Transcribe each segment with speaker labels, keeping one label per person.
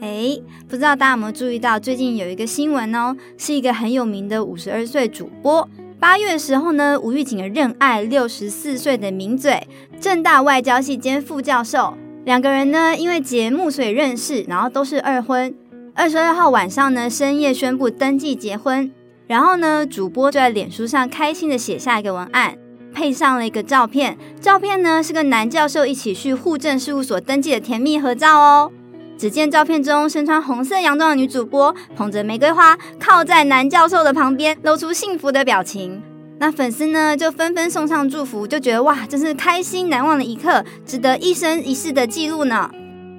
Speaker 1: 诶，哎不知道大家有没有注意到，最近有一个新闻哦，是一个很有名的五十二岁主播。八月的时候呢，吴玉景的认爱六十四岁的名嘴，正大外交系兼副教授，两个人呢因为节目所以认识，然后都是二婚。二十二号晚上呢，深夜宣布登记结婚，然后呢，主播就在脸书上开心的写下一个文案，配上了一个照片，照片呢是跟男教授一起去户政事务所登记的甜蜜合照哦。只见照片中身穿红色洋装的女主播捧着玫瑰花，靠在男教授的旁边，露出幸福的表情。那粉丝呢就纷纷送上祝福，就觉得哇，真是开心难忘的一刻，值得一生一世的记录呢。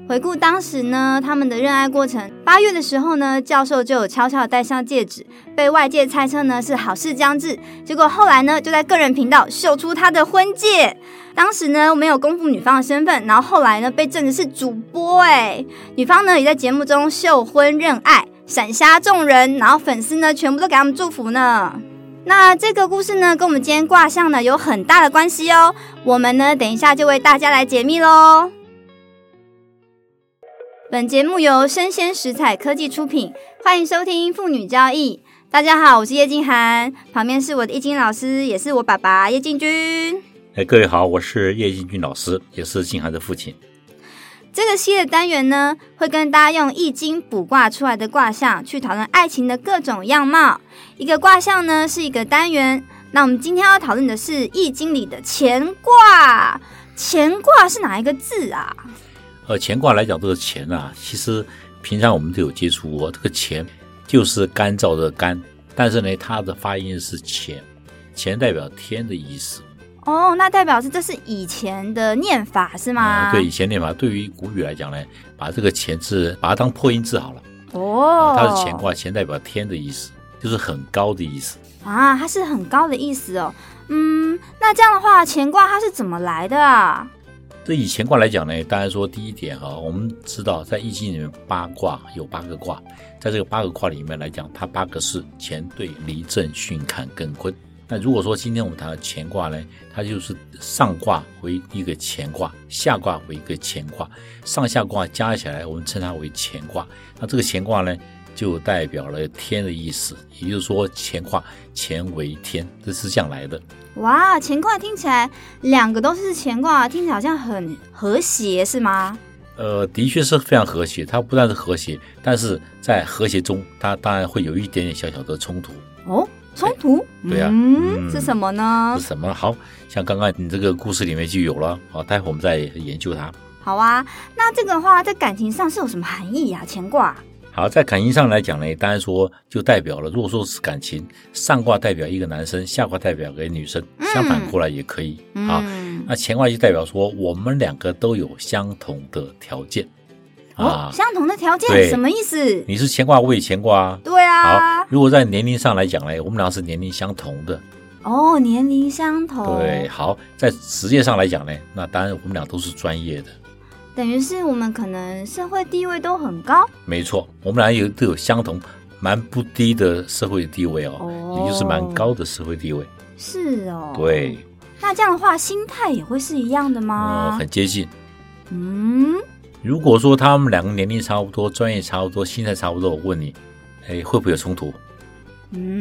Speaker 1: 回顾当时呢，他们的认爱过程。八月的时候呢，教授就有悄悄地戴上戒指，被外界猜测呢是好事将至。结果后来呢，就在个人频道秀出他的婚戒。当时呢，没有公布女方的身份，然后后来呢，被证实是主播。哎，女方呢也在节目中秀婚认爱，闪瞎众人，然后粉丝呢全部都给他们祝福呢。那这个故事呢，跟我们今天卦象呢有很大的关系哦。我们呢，等一下就为大家来解密喽。本节目由生鲜食材科技出品，欢迎收听《妇女交易》。大家好，我是叶静涵，旁边是我的易经老师，也是我爸爸叶静君。
Speaker 2: 哎，各位好，我是叶进军老师，也是静涵的父亲。
Speaker 1: 这个系列单元呢，会跟大家用易经卜卦出来的卦象去讨论爱情的各种样貌。一个卦象呢是一个单元，那我们今天要讨论的是易经里的乾卦。乾卦是哪一个字啊？
Speaker 2: 呃，乾卦来讲，这个乾啊，其实平常我们都有接触过。这个乾就是干燥的干，但是呢，它的发音是乾，乾代表天的意思
Speaker 1: 哦，那代表是这是以前的念法是吗？
Speaker 2: 呃对，以前念法，对于古语来讲呢，把这个乾字把它当破音字好了。啊
Speaker 1: 哦，
Speaker 2: 它是乾卦，乾代表天的意思，就是很高的意思。
Speaker 1: 啊，它是很高的意思哦。嗯，那这样的话，乾卦它是怎么来的啊？
Speaker 2: 这以乾卦来讲呢，当然说第一点哈、我们知道在易经里面八卦有八个卦，在这个八个卦里面来讲，它八个是乾兑离震巽坎艮坤。那如果说今天我们谈到乾卦呢，它就是上卦为一个乾卦，下卦为一个乾卦，上下卦加起来，我们称它为乾卦。那这个乾卦呢，就代表了天的意思，也就是说乾卦乾为天，这是这样来的。
Speaker 1: 哇，乾卦听起来两个都是乾卦，听起来好像很和谐，是吗？
Speaker 2: 呃，的确是非常和谐。它不但是和谐，但是在和谐中，它当然会有一点点小小的冲突。
Speaker 1: 哦，冲突？
Speaker 2: 对对啊
Speaker 1: 嗯，
Speaker 2: 嗯
Speaker 1: 是什么呢
Speaker 2: 是？什么？好像刚刚你这个故事里面就有了。好，待会我们再研究它。
Speaker 1: 好啊，那这个的话在感情上是有什么含义呀、乾卦
Speaker 2: 好，在感情上来讲呢，当然说就代表了，如果说是感情，上卦代表一个男生，下卦代表一个女生，相反过来也可以、啊。
Speaker 1: 嗯，
Speaker 2: 那乾卦就代表说我们两个都有相同的条件
Speaker 1: 哦，
Speaker 2: 啊。
Speaker 1: 相同的条件
Speaker 2: 对
Speaker 1: 什么意思？
Speaker 2: 你是乾卦，我也乾卦啊。
Speaker 1: 对啊
Speaker 2: 好，，如果在年龄上来讲呢，我们俩是年龄相同的，
Speaker 1: 哦，年龄相同，
Speaker 2: 对，，好，在职业上来讲呢，那当然我们俩都是专业的，
Speaker 1: 等于是我们可能社会地位都很高，
Speaker 2: 没错，我们俩有都有相同，蛮不低的社会地位哦，
Speaker 1: 哦
Speaker 2: 也就是蛮高的社会地位，
Speaker 1: 是哦，
Speaker 2: 对，
Speaker 1: 那这样的话，心态也会是一样的
Speaker 2: 呃，
Speaker 1: 吗？
Speaker 2: 很接近。
Speaker 1: 嗯，
Speaker 2: 如果说他们两个年龄差不多，专业差不多，心态差不多，我问你，哎，会不会有冲突？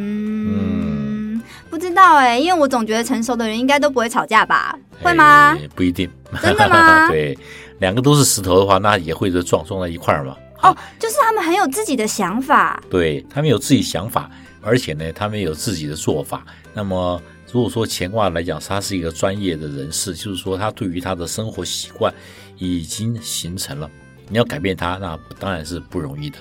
Speaker 1: 嗯不知道哎、因为我总觉得成熟的人应该都不会吵架吧？会吗？
Speaker 2: 哎？不一定，
Speaker 1: 真的吗
Speaker 2: 对，两个都是石头的话，那也会就撞撞到一块儿嘛。
Speaker 1: 哦，就是他们很有自己的想法
Speaker 2: 对他们有自己想法，而且呢，他们有自己的做法。那么，如果说乾卦来讲，他是一个专业的人士，就是说他对于他的生活习惯已经形成了，你要改变他，那当然是不容易的。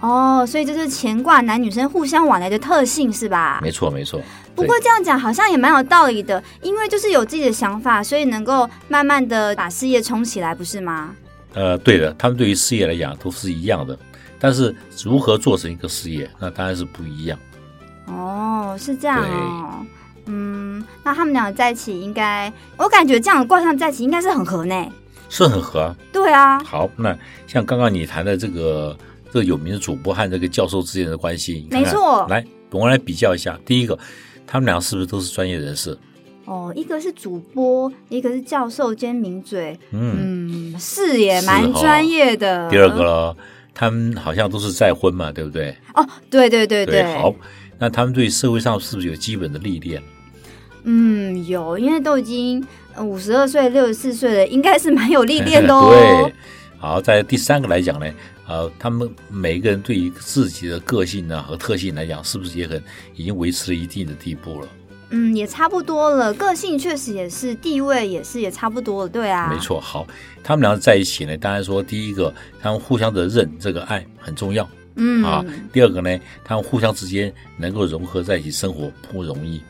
Speaker 1: 哦，所以这是乾卦男女生互相往来的特性是吧？
Speaker 2: 没错，没错。
Speaker 1: 不过这样讲好像也蛮有道理的，因为就是有自己的想法，所以能够慢慢的把事业冲起来，不是吗？
Speaker 2: 呃，对的，他们对于事业来讲都是一样的，但是如何做成一个事业，那当然是不一样。
Speaker 1: 哦，是这样哦。嗯，那他们俩在一起应该，我感觉这样的卦象在一起应该是很合呢。
Speaker 2: 是很合啊。
Speaker 1: 对啊，
Speaker 2: 好，那像刚刚你谈的这个这个有名的主播和这个教授之间的关系，你看看
Speaker 1: 没错
Speaker 2: 来，我们来比较一下。第一个，他们俩是不是都是专业人士？
Speaker 1: 哦，一个是主播，一个是教授兼名嘴，
Speaker 2: 嗯。
Speaker 1: 嗯，是也
Speaker 2: 是
Speaker 1: 蛮
Speaker 2: 哦
Speaker 1: 专业的。
Speaker 2: 第二个，咯，他们好像都是再婚嘛，对不对？
Speaker 1: 哦，对对对对，
Speaker 2: 好，那他们对社会上是不是有基本的历练？
Speaker 1: 嗯，有，因为都已经呃五十二岁、六十四岁了，应该是蛮有 历练的哦
Speaker 2: 对。，好，在第三个来讲呢，呃，他们每一个人对于自己的个性啊呢和特性来讲，是不是也很已经维持了一定的地步了？
Speaker 1: 嗯，也差不多了，个性确实也是，地位也是，也差不多了，对啊，
Speaker 2: 没。错，好，他们两个在一起呢，当然说第一个，他们互相的认这个爱很重要
Speaker 1: 嗯，
Speaker 2: 啊；第二个呢，他们互相之间能够融合在一起生活不容易，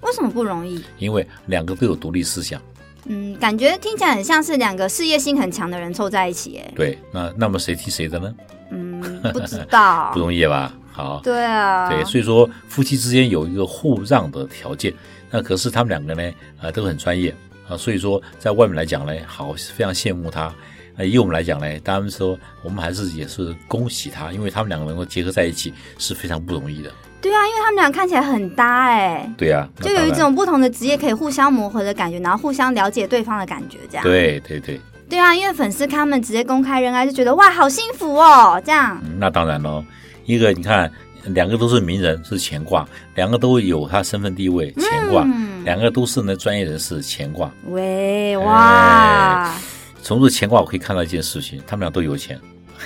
Speaker 1: 为什么不容易？
Speaker 2: 因为两个都有独立思想。
Speaker 1: 嗯，感觉听起来很像是两个事业心很强的人凑在一起，哎，
Speaker 2: 对，那那么谁听谁的呢？
Speaker 1: 嗯，不知道
Speaker 2: 不，容易吧？好，
Speaker 1: 对啊，
Speaker 2: 对，所以说夫妻之间有一个互让的条件。那可是他们两个呢，呃，都很专业啊，所以说在外面来讲呢，好非常羡慕他。那以我们来讲呢，他们说我们还是也是恭喜他，因为他们两个能够结合在一起是非常不容易的。
Speaker 1: 对啊，因为他们俩看起来很搭，哎，
Speaker 2: 对啊，那
Speaker 1: 就有一
Speaker 2: 当然
Speaker 1: 种不同的职业可以互相磨合的感觉，然后互相了解对方的感觉，这样。
Speaker 2: 对对对，
Speaker 1: 对啊，因为粉丝看他们直接公开人爱，就觉得哇，好幸福哦，这样。
Speaker 2: 嗯那当然喽。一个你看，两个都是名人是乾卦，两个都有他身份地位乾卦，
Speaker 1: 嗯，
Speaker 2: 两个都是呢专业人士乾卦。哎
Speaker 1: 喂，哇，
Speaker 2: 从这乾卦我可以看到一件事情，他们俩都有钱。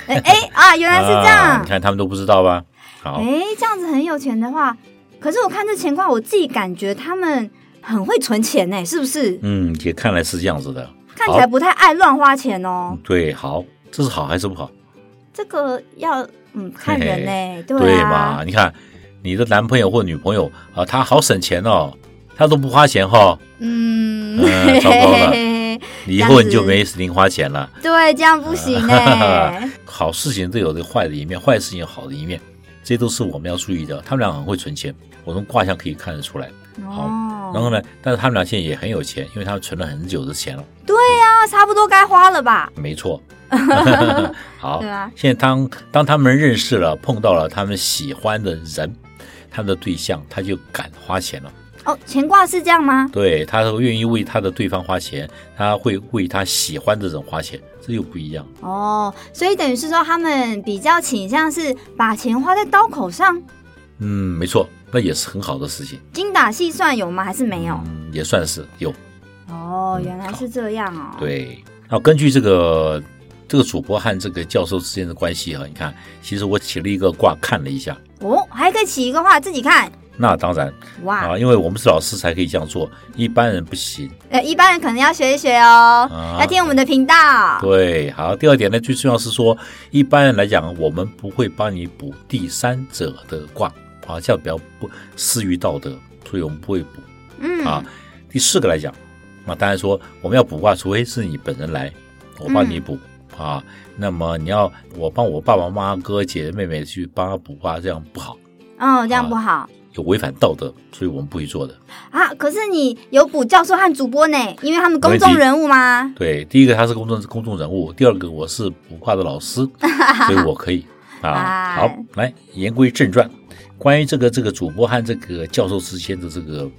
Speaker 1: 哎哎啊，原来是这
Speaker 2: 啊
Speaker 1: 样
Speaker 2: 你。看他们都不知道吧？好，
Speaker 1: 哎，这样子很有钱的话，可是我看这钱况，我自己感觉他们很会存钱呢，是不是？
Speaker 2: 嗯，也看来是这样子的。
Speaker 1: 看起来不太爱乱花钱哦。
Speaker 2: 对，好，这是好还是不好？
Speaker 1: 这个要嗯看
Speaker 2: 嘿嘿
Speaker 1: 人呢，
Speaker 2: 对嘛？
Speaker 1: 啊，
Speaker 2: 你看你的男朋友或女朋友啊，他好省钱哦，他都不花钱哈、哦，
Speaker 1: 嗯，
Speaker 2: 嗯糟糕了你以
Speaker 1: 这样
Speaker 2: 后
Speaker 1: 子
Speaker 2: 你就没零花钱了。
Speaker 1: 对，这样不行 哎。
Speaker 2: 好事情都有这个坏的一面，坏事情有好的一面，这都是我们要注意的。他们俩很会存钱，我从卦象可以看得出来。好
Speaker 1: 哦，
Speaker 2: 然后呢，但是他们俩现在也很有钱，因为他们存了很久的钱了。
Speaker 1: 那差不多该花了吧？
Speaker 2: 没错，好
Speaker 1: 对，啊，
Speaker 2: 现在当当他们认识了，碰到了他们喜欢的人，他们的对象，他就敢花钱了。
Speaker 1: 哦，乾卦是这样吗？
Speaker 2: 对，他会愿意为他的对方花钱，他会为他喜欢的人花钱，这又不一样。
Speaker 1: 哦，所以等于是说他们比较倾向是把钱花在刀口上，
Speaker 2: 嗯，没错，那也是很好的事情。
Speaker 1: 精打细算有吗？还是没有？
Speaker 2: 嗯，也算是有。
Speaker 1: 哦，
Speaker 2: 嗯
Speaker 1: 原来是这样哦。，
Speaker 2: 对，那根据这个这个主播和这个教授之间的关系啊，你看，其实我起了一个卦看了一下，
Speaker 1: 哦，还可以起一个话自己看，
Speaker 2: 那当然
Speaker 1: 哇，
Speaker 2: 啊，因为我们是老师才可以这样做，一般人不行。
Speaker 1: 呃，一般人可能要学一学哦，
Speaker 2: 啊
Speaker 1: 要听我们的频道。
Speaker 2: 对，好，第二点呢，最重要是说，一般人来讲，我们不会帮你补第三者的卦啊，这样比较不私于道德，所以我们不会补
Speaker 1: 嗯，
Speaker 2: 啊。第四个来讲，那当然说我们要补卦，除非是你本人来，我帮
Speaker 1: 嗯
Speaker 2: 你补、啊。那么你要我帮我爸爸妈妈、哥哥姐姐、妹妹去帮他补卦，这样不好，
Speaker 1: 哦，这样不好
Speaker 2: 有违反道德，所以我们不会做的。
Speaker 1: 啊。可是你有补教授和主播呢，因为他们公众
Speaker 2: 没问题
Speaker 1: 人物嘛。
Speaker 2: 对，第一个他是公众公众人物，第二个我是卜卦的 老师，所以我可以啊。
Speaker 1: 哎
Speaker 2: 好，来言归正传，关于这个这个主播和这个教授之间的这个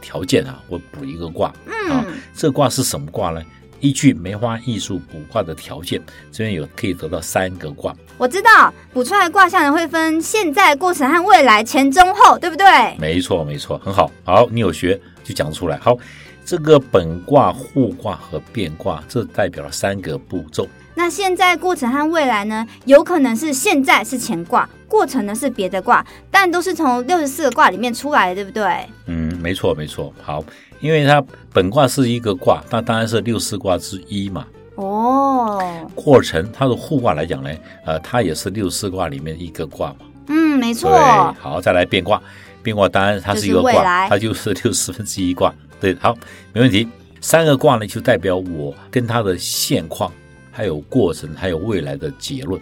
Speaker 2: 条件啊，我补一个卦。啊
Speaker 1: 嗯，
Speaker 2: 这个卦是什么卦呢？依据梅花易数卜卦的条件，这边有可以得到三个卦。
Speaker 1: 我知道补出来的卦象呢会分现在、过程和未来、前、中、后，对不对？
Speaker 2: 没错，没错，很好。好，你有学就讲出来。好，这个本卦、互卦和变卦，这代表了三个步骤。
Speaker 1: 那现在、过程和未来呢，有可能是现在是乾卦，过程呢是别的卦，但都是从六十四个卦里面出来的，对不对？
Speaker 2: 嗯，没错没错。好，因为它本卦是一个卦，那当然是六四卦之一嘛。
Speaker 1: 哦，
Speaker 2: 过程它的互卦来讲呢，呃，它也是六四卦里面一个卦嘛。
Speaker 1: 嗯，没
Speaker 2: 对
Speaker 1: 错，，
Speaker 2: 好，再来变卦，变卦当然它是一个
Speaker 1: 就是未
Speaker 2: 卦，
Speaker 1: 来
Speaker 2: 它就是 六四分之一卦。对，好，没问题。三个卦呢，就代表我跟它的现况，还有过程，还有未来的结论。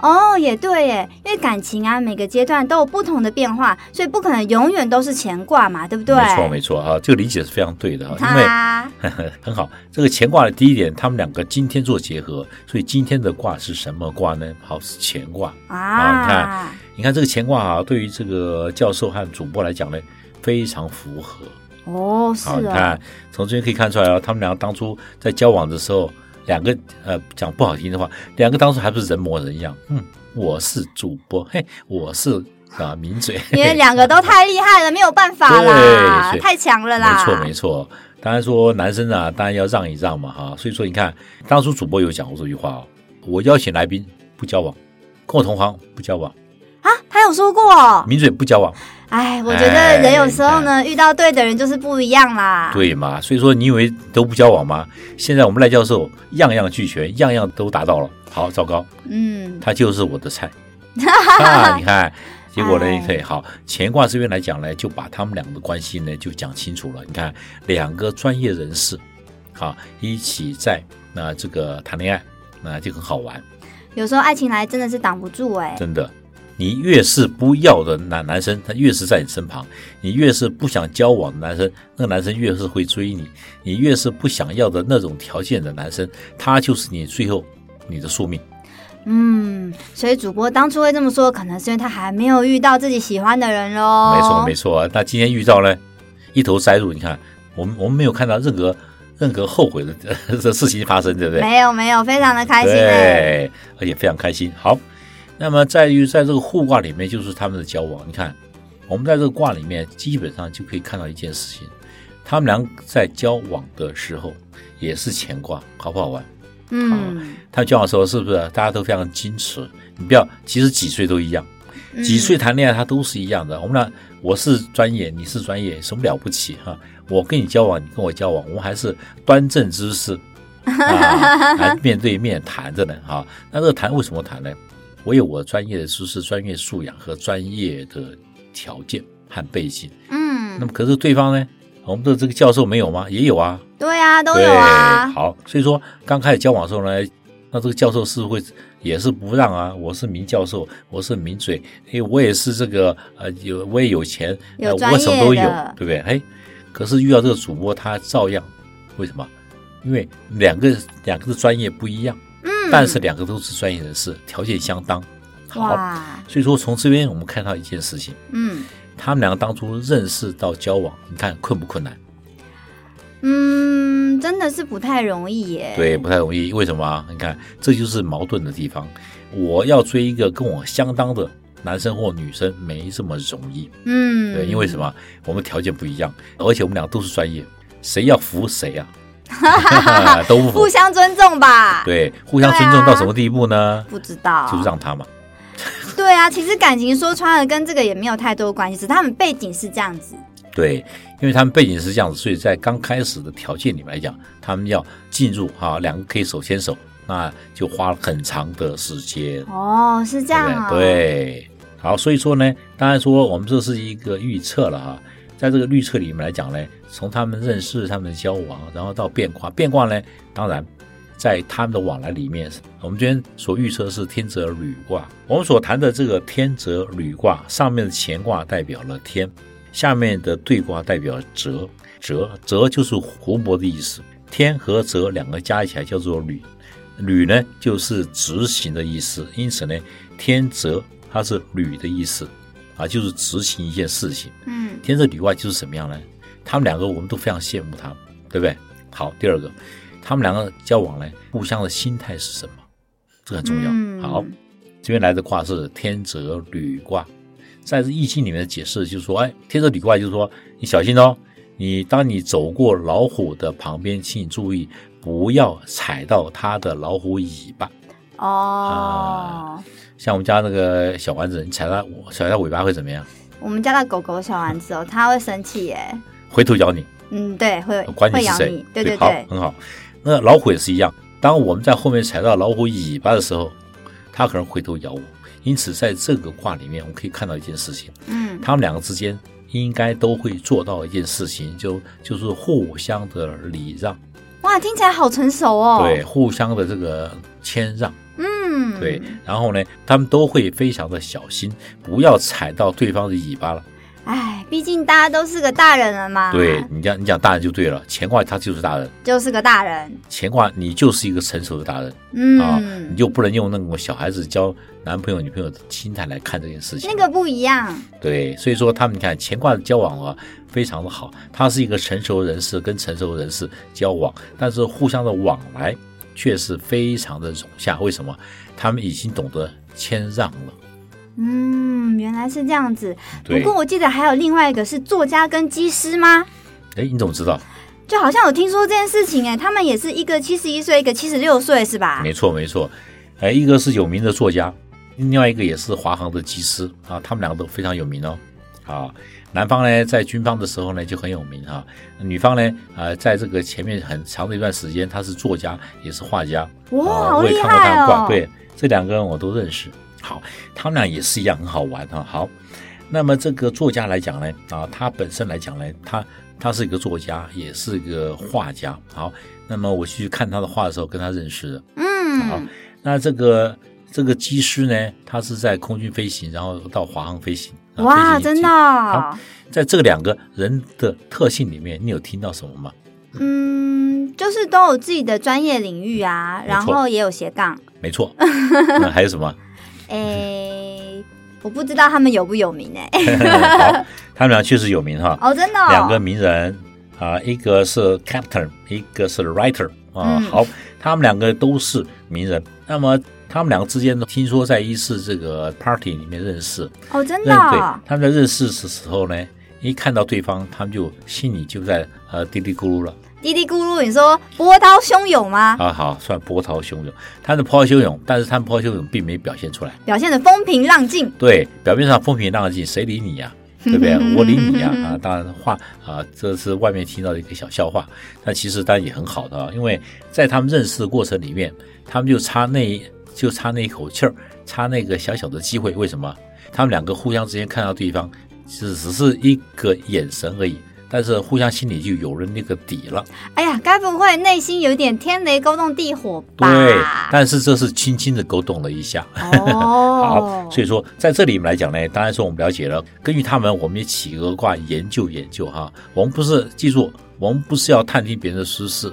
Speaker 1: 哦，也对耶，因为感情啊，每个阶段都有不同的变化，所以不可能永远都是乾卦嘛，对不对？
Speaker 2: 没错没错啊，这个理解是非常对的啊，因为
Speaker 1: 它
Speaker 2: 很好，这个乾卦的第一点，他们两个今天做结合，所以今天的卦是什么卦呢？好，是乾卦。
Speaker 1: 啊，
Speaker 2: 你看这个乾卦啊，对于这个教授和主播来讲呢，非常符合。
Speaker 1: 哦，是
Speaker 2: 好，你
Speaker 1: 哦，
Speaker 2: 看从这边可以看出来啊，他们两个当初在交往的时候，两个呃讲不好听的话，两个当初还不是人模人样，嗯，我是主播，嘿，我是啊名 嘴，
Speaker 1: 因为两个都太厉害了，没有办法啦，
Speaker 2: 对是
Speaker 1: 太强了啦，
Speaker 2: 没错没错。当然说男生啊，当然要让一让嘛哈、所以说你看，当初主播有讲过这句话哦，我邀请来宾不交往，跟我同行不交往，
Speaker 1: 啊，他有说过哦，
Speaker 2: 名嘴不 交往，
Speaker 1: 哎，我觉得人有时候呢，遇到对的人就是不一样啦。
Speaker 2: 哎对嘛？所以说你以为都不交往吗？现在我们赖教授样样俱全，样样都达到了，好糟糕，
Speaker 1: 嗯，
Speaker 2: 他就是我的菜。啊，你看，结果呢
Speaker 1: 哎？
Speaker 2: 对，好，乾卦这边来讲呢，就把他们两个的关系呢就讲清楚了。你看，两个专业人士，好，一起在那这个谈恋爱，那就很好玩，
Speaker 1: 有时候爱情来真的是挡不住哎、
Speaker 2: 真的。你越是不要的男男生，他越是在你身旁；你越是不想交往的男生，那个男生越是会追你；你越是不想要的那种条件的男生，他就是你最后你的宿命。
Speaker 1: 嗯，所以主播当初会这么说，可能是因为他还没有遇到自己喜欢的人喽。
Speaker 2: 没错，没错。啊那今天遇到呢，一头栽入，你看，我们我们没有看到任何任何后悔的 的事情发生，对不对？
Speaker 1: 没有没有，非常的开心哎、
Speaker 2: 对，而且非常开心。好，那么在于在这个互卦里面，就是他们的交往。你看，我们在这个卦里面，基本上就可以看到一件事情，他们俩在交往的时候也是乾卦，好不好玩？
Speaker 1: 嗯，
Speaker 2: 他交往的时候是不是大家都非常矜持？你不要，其实几岁都一样。
Speaker 1: 嗯
Speaker 2: 几岁谈恋爱，他都是一样的。我们俩，我是专业，你是专业，什么了不起哈、我跟你交往，你跟我交往，我们还是端正姿 势，啊，还面对面谈着呢哈、那这个谈为什么谈呢？我有我专业的知识、专业素养和专业的条件和背景。那
Speaker 1: 嗯，
Speaker 2: 么，可是对方呢？我们的这个教授没有吗？也有啊，
Speaker 1: 对啊，都有啊
Speaker 2: 对，。好，所以说刚开始交往的时候呢，那这个教授是会也是不让啊，我是名教授，我是名嘴，哎，我也是这个呃有我也有钱，
Speaker 1: 有
Speaker 2: 呃
Speaker 1: 专
Speaker 2: 我什么都
Speaker 1: 业
Speaker 2: 有
Speaker 1: 的，
Speaker 2: 对不对？哎，可是遇到这个主播，他照样为什么？因为两个两个的专业不一样，
Speaker 1: 嗯，
Speaker 2: 但是两个都是专业人士，条件相当。好，
Speaker 1: 哇，
Speaker 2: 所以说从这边我们看到一件事情，
Speaker 1: 嗯
Speaker 2: 他们两个当初认识到交往，你看困不困难？
Speaker 1: 嗯，真的是不太容易耶、
Speaker 2: 对，不太容易。为什么啊？你看，这就是矛盾的地方。我要追一个跟我相当的男生或女生，没这么容易。
Speaker 1: 嗯，
Speaker 2: 对，因为什？么？我们条件不一样，而且我们俩都是专业，谁要服谁啊？ 都不服
Speaker 1: 互。相尊重吧。
Speaker 2: 对，互相尊重到什么地步呢？
Speaker 1: 不知道，
Speaker 2: 就是让他嘛。
Speaker 1: 对啊，其实感情说穿了跟这个也没有太多关系，只是他们背景是这样子。
Speaker 2: 对，因为他们背景是这样子，所以在刚开始的条件里面来讲，他们要进入啊，两个可以手牵手，那就花了很长的时间。
Speaker 1: 哦，是这
Speaker 2: 对
Speaker 1: 样
Speaker 2: 不
Speaker 1: 啊、
Speaker 2: 对？，对，好，所以说呢，当然说我们这是一个预测了哈，在这个预测里面来讲呢，从他们认识、他们的交往，然后到变卦，变卦呢，当然在他们的往来里面，我们今天所预测的是天泽履卦，我们所谈的这个天泽履卦上面的乾卦代表了天，下面的兑卦代表泽，泽泽就是湖泊的意思，天和泽两个加起来叫做履。履呢就是执行的意思，因此呢，天泽它是履的意思啊，就是执行一件事情。
Speaker 1: 嗯
Speaker 2: 天泽履外就是怎么样呢？他们两个我们都非常羡慕他们，对不对？好，第二个，他们两个交往呢，互相的心态是什么？这个很重要。
Speaker 1: 嗯
Speaker 2: 好，这边来的卦是天泽履卦，在这易经里面的解释就是说，哎，天泽履卦就是说你小心哦，你当你走过老虎的旁边，请你注意不要踩到它的老虎尾巴。啊
Speaker 1: 哦，
Speaker 2: 像我们家那个小丸子，你踩它踩它尾巴会怎么样？
Speaker 1: 我们家的狗狗小丸子哦，它会生气耶。
Speaker 2: 回头咬你，
Speaker 1: 嗯，对，会
Speaker 2: 管哦你
Speaker 1: 会
Speaker 2: 是
Speaker 1: 咬
Speaker 2: 谁
Speaker 1: 你，，对对
Speaker 2: 好
Speaker 1: 对，，
Speaker 2: 很好。那老虎也是一样，当我们在后面踩到老虎尾巴的时候，它可能回头咬我。因此，在这个卦里面，我们可以看到一件事情，
Speaker 1: 嗯
Speaker 2: 他们两个之间应该都会做到一件事情，就就是互相的礼让，
Speaker 1: 哇，听起来好成熟哦。
Speaker 2: 对，，互相的这个谦让。
Speaker 1: 嗯，
Speaker 2: 对，然后呢，他们都会非常的小心，不要踩到对方的尾巴了。
Speaker 1: 哎，毕竟大家都是个大人了嘛，
Speaker 2: 对，你讲，你讲大人就对了，乾卦他就是大人，
Speaker 1: 就是个大人。
Speaker 2: 乾卦你就是一个成熟的大人啊，你
Speaker 1: 嗯，
Speaker 2: 就不能用那种小孩子交男朋友女朋友的心态来看这件事情。
Speaker 1: 那个不一样。
Speaker 2: 对，所以说他们你看乾卦的交往啊，非常的好，他是一个成熟人士跟成熟人士交往，但是互相的往来却是非常的容下。为什么？他们已经懂得谦让了。
Speaker 1: 嗯，原来是这样子。不
Speaker 2: 对
Speaker 1: 过我记得还有另外一个是作家跟机师吗？
Speaker 2: 哎，你怎么知道？
Speaker 1: 就好像有听说这件事情哎、他们也是一个七十一岁，一个七十六岁是吧？
Speaker 2: 没错，没错。哎，一个是有名的作家，另外一个也是华航的技师啊，他们两个都非常有名哦。啊，男方呢在军方的时候呢就很有名哈、女方呢呃在这个前面很长的一段时间，她是作家也是画家，
Speaker 1: 哇，
Speaker 2: 啊，
Speaker 1: 好
Speaker 2: 我也
Speaker 1: 厉
Speaker 2: 看过他
Speaker 1: 害
Speaker 2: 们
Speaker 1: 哦！
Speaker 2: 挂，，对，这两个人我都认识。好，他们俩也是一样很好玩啊。好，那么这个作家来讲呢，啊，他本身来讲呢，他他是一个作家，也是一个画家。好，那么我去看他的画的时候，跟他认识的。好
Speaker 1: 嗯，
Speaker 2: 那这个这个机师呢，他是在空军飞行，然后到华航飞行。啊
Speaker 1: 哇，
Speaker 2: 飞行
Speaker 1: 真
Speaker 2: 器
Speaker 1: 的哦，
Speaker 2: 在这两个人的特性里面，你有听到什么吗？
Speaker 1: 嗯，就是都有自己的专业领域啊，
Speaker 2: 没错
Speaker 1: 然后也有斜杠，
Speaker 2: 没 错，那还有什么？
Speaker 1: 哎，我不知道他们有不有名哎、
Speaker 2: 好，他们俩确实有名哈。
Speaker 1: 哦，真的、哦，
Speaker 2: 两个名人啊、一个是 captain，一个是 writer 啊、
Speaker 1: 嗯
Speaker 2: 好，他们两个都是名人。那么他们两个之间呢，听说在一次这个 party 里面认识，
Speaker 1: 哦，真的
Speaker 2: 认对
Speaker 1: 哦、，
Speaker 2: 他们在认识的时候呢，一看到对方，他们就心里就在呃嘀嘀咕噜了
Speaker 1: 嘀嘀咕噜，你说波涛汹涌吗？
Speaker 2: 啊，好，算波涛汹涌，他们的波涛汹涌，但是他们波涛汹涌并没表现出来。
Speaker 1: 表现的风平浪静，
Speaker 2: 对，表面上风平浪静，谁理你呀、对不对？我理你呀、啊！当然话啊，这是外面听到的一个小笑话，但其实当然也很好的啊，因为在他们认识的过程里面，他们就差那就差那一口气儿，差那个小小的机会。为什么？他们两个互相之间看到对方，只只是一个眼神而已，但是互相心里就有了那个底了。
Speaker 1: 哎呀，该不会内心有点天雷勾动地火吧？
Speaker 2: 对，但是这是轻轻的勾动了一下。
Speaker 1: 哦
Speaker 2: 好，所以说在这里面来讲呢，当然说我们了解了，根据他们，我们也起个卦研究研究哈。我们不是记住，我们不是要探听别人的私事，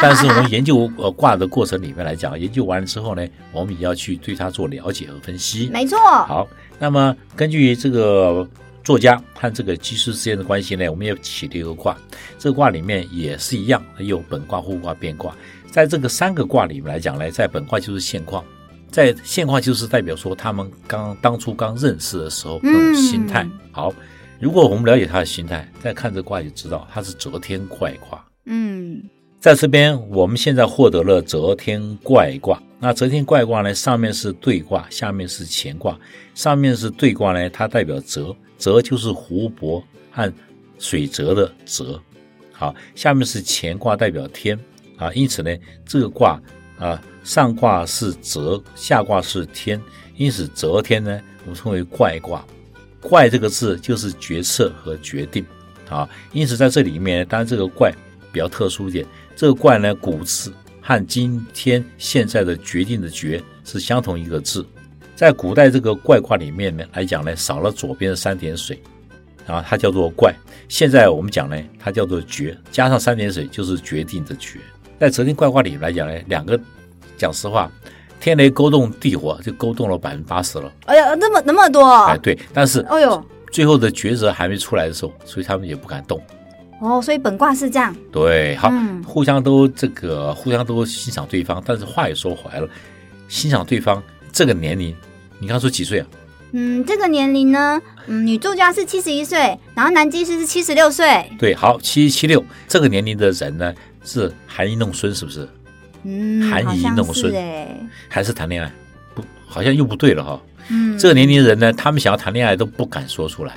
Speaker 2: 但是我们研究呃卦的过程里面来讲，研究完了之后呢，我们也要去对它做了解和分析。
Speaker 1: 没错，
Speaker 2: 好，那么根据这个作家和这个技师之间的关系呢，我们也起了一个卦。这个卦里面也是一样，有本卦、互卦、变卦。在这个三个卦里面来讲呢，在本卦就是现况，在现况就是代表说他们刚当初刚认识的时候那种心态。
Speaker 1: 嗯
Speaker 2: 好，如果我们了解他的心态，再看这卦就知道他是折天怪卦。
Speaker 1: 嗯，
Speaker 2: 在这边，我们现在获得了折天怪卦。那折天怪卦呢，上面是兑卦，下面是乾卦。上面是兑卦呢，它代表泽，泽就是湖泊和水泽的泽。好，下面是乾卦，代表天啊。因此呢，这个卦啊，上卦是泽，下卦是天，因此泽天呢，我们称为怪卦。怪这个字就是决策和决定啊。因此在这里面，当然这个怪比较特殊一点，这个怪呢，古字和今天现在的决定的决是相同一个字。在古代这个怪卦里面呢来讲呢，少了左边三点水，然后它叫做怪。现在我们讲呢，它叫做决，加上三点水就是决定的决。在折天怪卦里面来讲呢，两个讲实话，天雷勾动地火就勾动了百分之八十了。
Speaker 1: 哎呀，那么那么多，
Speaker 2: 哎，对，但是
Speaker 1: 哦呦，
Speaker 2: 最后的抉择还没出来的时候，所以他们也不敢动。
Speaker 1: 哦，所以本卦是这样，
Speaker 2: 对，好，
Speaker 1: 嗯
Speaker 2: 互相都这个互相都欣赏对方，但是话也说回来了，欣赏对方这个年龄，你刚说几岁啊？
Speaker 1: 嗯，这个年龄呢，嗯，女作家是七十一岁，然后男技师是七十六岁，
Speaker 2: 对，好，七七六这个年龄的人呢，是含饴弄孙，是不是？
Speaker 1: 嗯，
Speaker 2: 含
Speaker 1: 好
Speaker 2: 饴
Speaker 1: 像
Speaker 2: 弄
Speaker 1: 是
Speaker 2: 孙
Speaker 1: 哎，
Speaker 2: 还是谈恋爱？不，好像又不对了哈、
Speaker 1: 嗯，
Speaker 2: 这个年龄的人呢，他们想要谈恋爱都不敢说出来。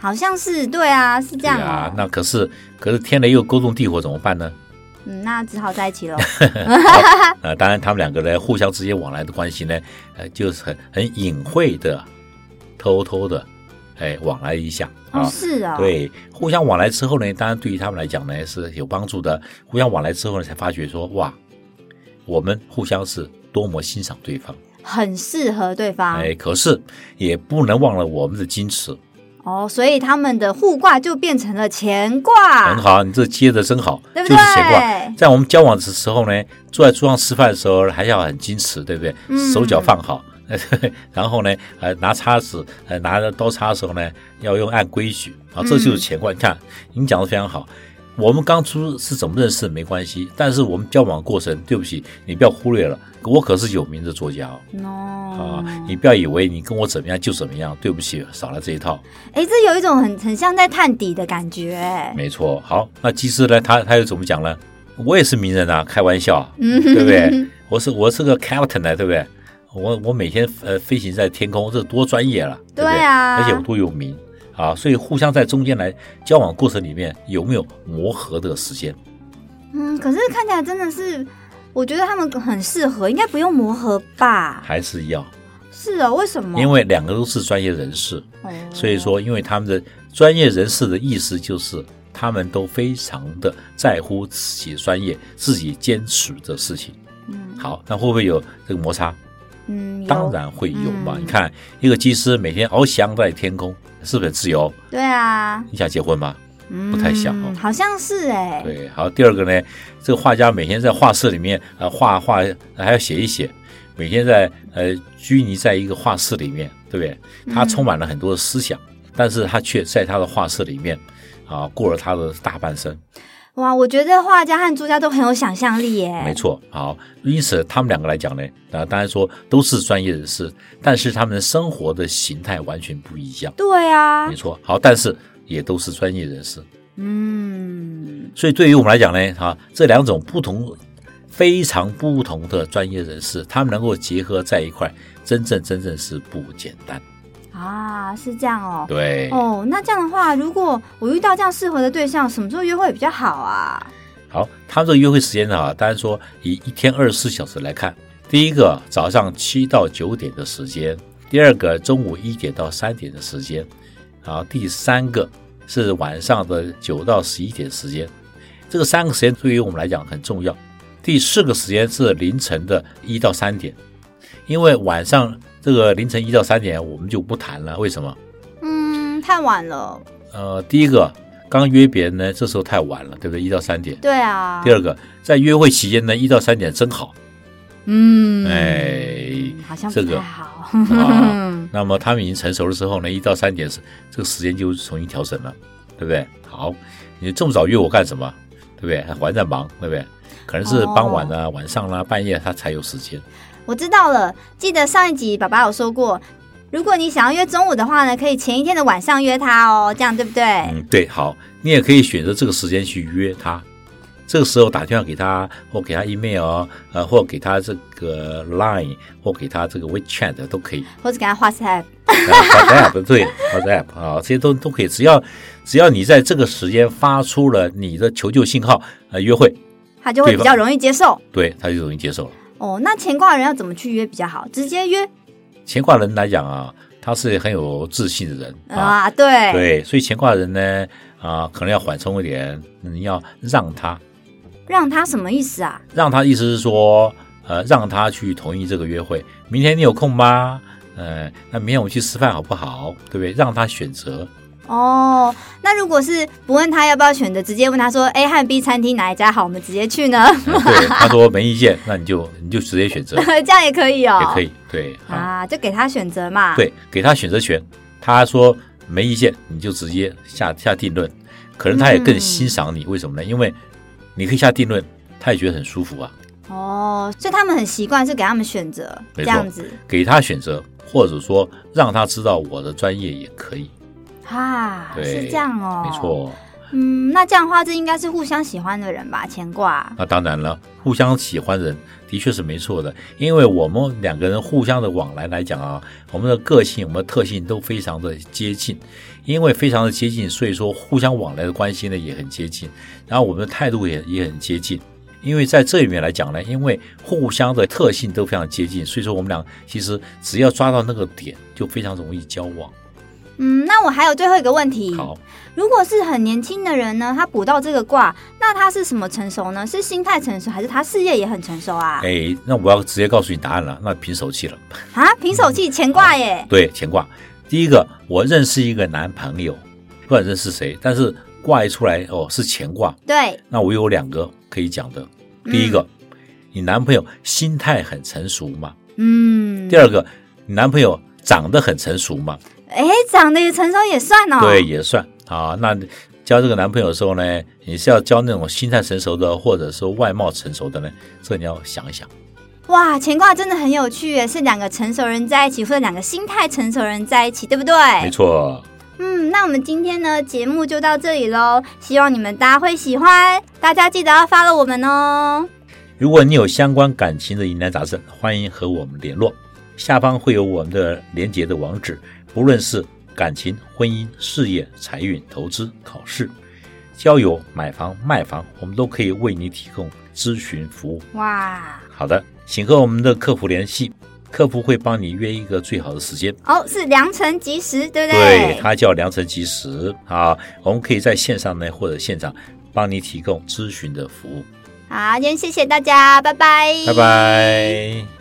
Speaker 1: 好像是对啊，是这
Speaker 2: 对
Speaker 1: 样
Speaker 2: 啊
Speaker 1: 哦，，
Speaker 2: 那可是可是天雷又勾动地火，怎么办呢？
Speaker 1: 嗯，那只好在一 起喽，啊
Speaker 2: 呃，当然他们两个呢，互相之间往来的关系呢，呃，就是很很隐晦的、偷偷的，哎，往来一下啊。
Speaker 1: 哦，是哦，，
Speaker 2: 对，互相往来之后呢，当然对于他们来讲呢是有帮助的。互相往来之后呢，才发觉说哇，我们互相是多么欣赏对方。
Speaker 1: 很适合对方，
Speaker 2: 哎，可是也不能忘了我们的矜持。
Speaker 1: 哦，所以他们的互卦就变成了乾卦，
Speaker 2: 很，好，你这接的真好，
Speaker 1: 啊对不
Speaker 2: 就
Speaker 1: 对
Speaker 2: 是乾卦。在我们交往的时候呢，坐在桌上吃饭的时候还要很矜持，对不对？
Speaker 1: 嗯
Speaker 2: 手脚放好， 然后呢，呃，拿叉子，呃，
Speaker 1: 嗯
Speaker 2: 拿着刀叉的时候呢，要用按规矩啊，这就是乾卦。你看，您讲的非常好，我们刚出是怎么认识没关系，但是我们交往的过程，对不起，你不要忽略了，我可是有名的作家哦。
Speaker 1: 哦
Speaker 2: 啊，，你不要以为你跟我怎么样就怎么样，对不起，少了这一套。
Speaker 1: 哎，这有一种很很像在探底的感觉，
Speaker 2: 没错，好，那其实呢，他他又怎么讲呢？我也是名人啊，开玩笑啊，
Speaker 1: 嗯，
Speaker 2: 对不对？我是我是个 captain 呢，对不对？我我每天呃飞行在天空，这多专业了，对不对？
Speaker 1: 对啊
Speaker 2: 而且我多有名啊，所以互相在中间来交往过程里面有没有磨合的时间？
Speaker 1: 嗯，可是看起来真的是，我觉得他们很适合，应该不用磨合吧？
Speaker 2: 还是要，
Speaker 1: 是哦，为什么？
Speaker 2: 因为两个都是专业人士，
Speaker 1: 哦
Speaker 2: 所以，说，因为他们的专业人士的意思就是，他们都非常的在乎自己的专业、自己坚持的事情。
Speaker 1: 嗯
Speaker 2: 好，那会不会有这个摩擦？
Speaker 1: 嗯，有
Speaker 2: 当，然会有嘛！
Speaker 1: 嗯
Speaker 2: 你看，一个技师每天翱翔在天空，是不是很自由？
Speaker 1: 对啊，
Speaker 2: 你想结婚吗？
Speaker 1: 嗯，
Speaker 2: 不太像哦
Speaker 1: 好像是哎，
Speaker 2: 对，好。第二个呢，这个画家每天在画室里面呃画画，还要写一写，每天在呃拘泥在一个画室里面，对不对？他充满了很多的思想，但是他却在他的画室里面啊过了他的大半生。
Speaker 1: 哇，我觉得画家和作家都很有想象力耶，
Speaker 2: 没错，好，因此他们两个来讲呢，啊，当然说都是专业人士，但是他们的生活的形态完全不一样。
Speaker 1: 对啊
Speaker 2: 没，错，好，但是也都是专业人士，
Speaker 1: 嗯，
Speaker 2: 所以对于我们来讲呢，啊，这两种不同、非常不同的专业人士，他们能够结合在一块，真正真正是不简单。
Speaker 1: 啊，是这样哦。
Speaker 2: 对，
Speaker 1: 哦，那这样的话，如果我遇到这样适合的对象，什么时候约会比较好啊？
Speaker 2: 好，他们这个约会时间呢，啊当然说以一天二十四小时来看，第一个早上七到九点的时间，第二个中午一点到三点的时间，啊，第三个是晚上的九到十一点时间。这个三个时间对于我们来讲很重要。第四个时间是凌晨的一到三点，因为晚上这个凌晨一到三点我们就不谈了，为什么？
Speaker 1: 嗯，太晚了。
Speaker 2: 呃，第一个刚约别人呢，这时候太晚了，对不对？一到三点。
Speaker 1: 对啊。
Speaker 2: 第二个，在约会期间呢，一到三点真好。
Speaker 1: 嗯，
Speaker 2: 哎
Speaker 1: 好像不
Speaker 2: 这个
Speaker 1: 太好。
Speaker 2: 啊那么他们已经成熟了之后呢，一到三点是这个时间就重新调整了，对不对？好，你这么早约我干什么？对不对？还还在忙，对不对？可能是傍晚啊、晚上啦、半夜他才有时间。
Speaker 1: 我知道了，记得上一集爸爸有说过，如果你想要约中午的话呢，可以前一天的晚上约他哦，这样对不对？
Speaker 2: 嗯，对，好，你也可以选择这个时间去约他。这个时候打电话给他，或给他 email，呃，或给他这个 Line，或给他这个 WeChat 都可以。
Speaker 1: 或者给他 WhatsApp。
Speaker 2: 啊 WhatsApp 对 WhatsApp 啊，这些都都可以，只要只要你在这个时间发出了你的求救信号，呃，约会，
Speaker 1: 他就会
Speaker 2: 对吧
Speaker 1: 比较容易接受
Speaker 2: 对他就容易接受了。
Speaker 1: 哦。那前挂的人要怎么去约比较好？直接约
Speaker 2: 乾卦人来讲啊，他是很有自信的人啊，
Speaker 1: 啊？对，
Speaker 2: 对，所以乾卦人呢，啊，可能要缓冲一点，你要让他，
Speaker 1: 让他什么意思啊？
Speaker 2: 让他意思是说，呃，让他去同意这个约会。明天你有空吗？呃，那明天我们去吃饭好不好？对不对？让他选择，
Speaker 1: 哦，那如果是不问他要不要选择，直接问他说 A 和 B 餐厅哪一家好，我们直接去呢？，
Speaker 2: 呃对，他说没意见，那你就你就直接选择
Speaker 1: 这样也可以哦，
Speaker 2: 也可以，对啊。
Speaker 1: 啊，就给他选择嘛。，
Speaker 2: 对，给他选择权。他说没意见，你就直接下下定论。可能他也更欣赏你，为什么呢？因为你可以下定论，他也觉得很舒服啊。
Speaker 1: 哦，所以他们很习惯是给他们选择这
Speaker 2: 没错
Speaker 1: 样子
Speaker 2: 给他选择，或者说让他知道我的专业也可以，
Speaker 1: 啊，
Speaker 2: 对
Speaker 1: 是这样哦，
Speaker 2: 没。错。
Speaker 1: 嗯，那这样的话，这应该是互相喜欢的人吧？牵挂，
Speaker 2: 那当然了，互相喜欢人的确是没错的，因为我们两个人互相的往来来讲啊，我们的个性、我们的特性都非常的接近，因为非常的接近，所以说互相往来的关系呢也很接近，然后我们的态度也也很接近。因为在这里面来讲呢，因为互相的特性都非常接近，所以说我们俩其实只要抓到那个点，就非常容易交往。
Speaker 1: 嗯，那我还有最后一个问题，
Speaker 2: 好，
Speaker 1: 如果是很年轻的人呢，他补到这个卦，那他是什么成熟呢？是心态成熟，还是他事业也很成熟啊？
Speaker 2: 哎，那我要直接告诉你答案了，那凭手气了。
Speaker 1: 啊，平手气乾卦耶，
Speaker 2: 对，乾卦。第一个，我认识一个男朋友，不管认识谁，但是卦一出来哦是乾卦，
Speaker 1: 对，
Speaker 2: 那我有两个可以讲的。
Speaker 1: 嗯
Speaker 2: 第一个，你男朋友心态很成熟嘛？
Speaker 1: 嗯
Speaker 2: 第，二个，你男朋友长得很成熟嘛？
Speaker 1: 哎，长得也成熟也算哦，
Speaker 2: 对，，也算啊。那交这个男朋友的时候呢，你是要交那种心态成熟的，或者说外貌成熟的呢？这你要想一想。
Speaker 1: 哇，乾卦真的很有趣耶，是两个成熟人在一起，或者两个心态成熟人在一起，对不对？
Speaker 2: 没错，
Speaker 1: 嗯，那我们今天呢节目就到这里喽，希望你们大家会喜欢，大家记得要 follow 我们哦。
Speaker 2: 如果你有相关感情的疑难杂症，欢迎和我们联络，下方会有我们的连结的网址。不论是感情、婚姻、事业、财运、投资、考试、交友、买房、卖房，我们都可以为你提供咨询服务。
Speaker 1: 哇，
Speaker 2: 好的，请和我们的客服联系，客服会帮你约一个最好的时间。
Speaker 1: 哦，是良辰吉时，对不对？
Speaker 2: 对，它叫良辰吉时啊，我们可以在线上呢或者现场帮你提供咨询的服务。
Speaker 1: 好，今天谢谢大家，拜拜，
Speaker 2: 拜拜。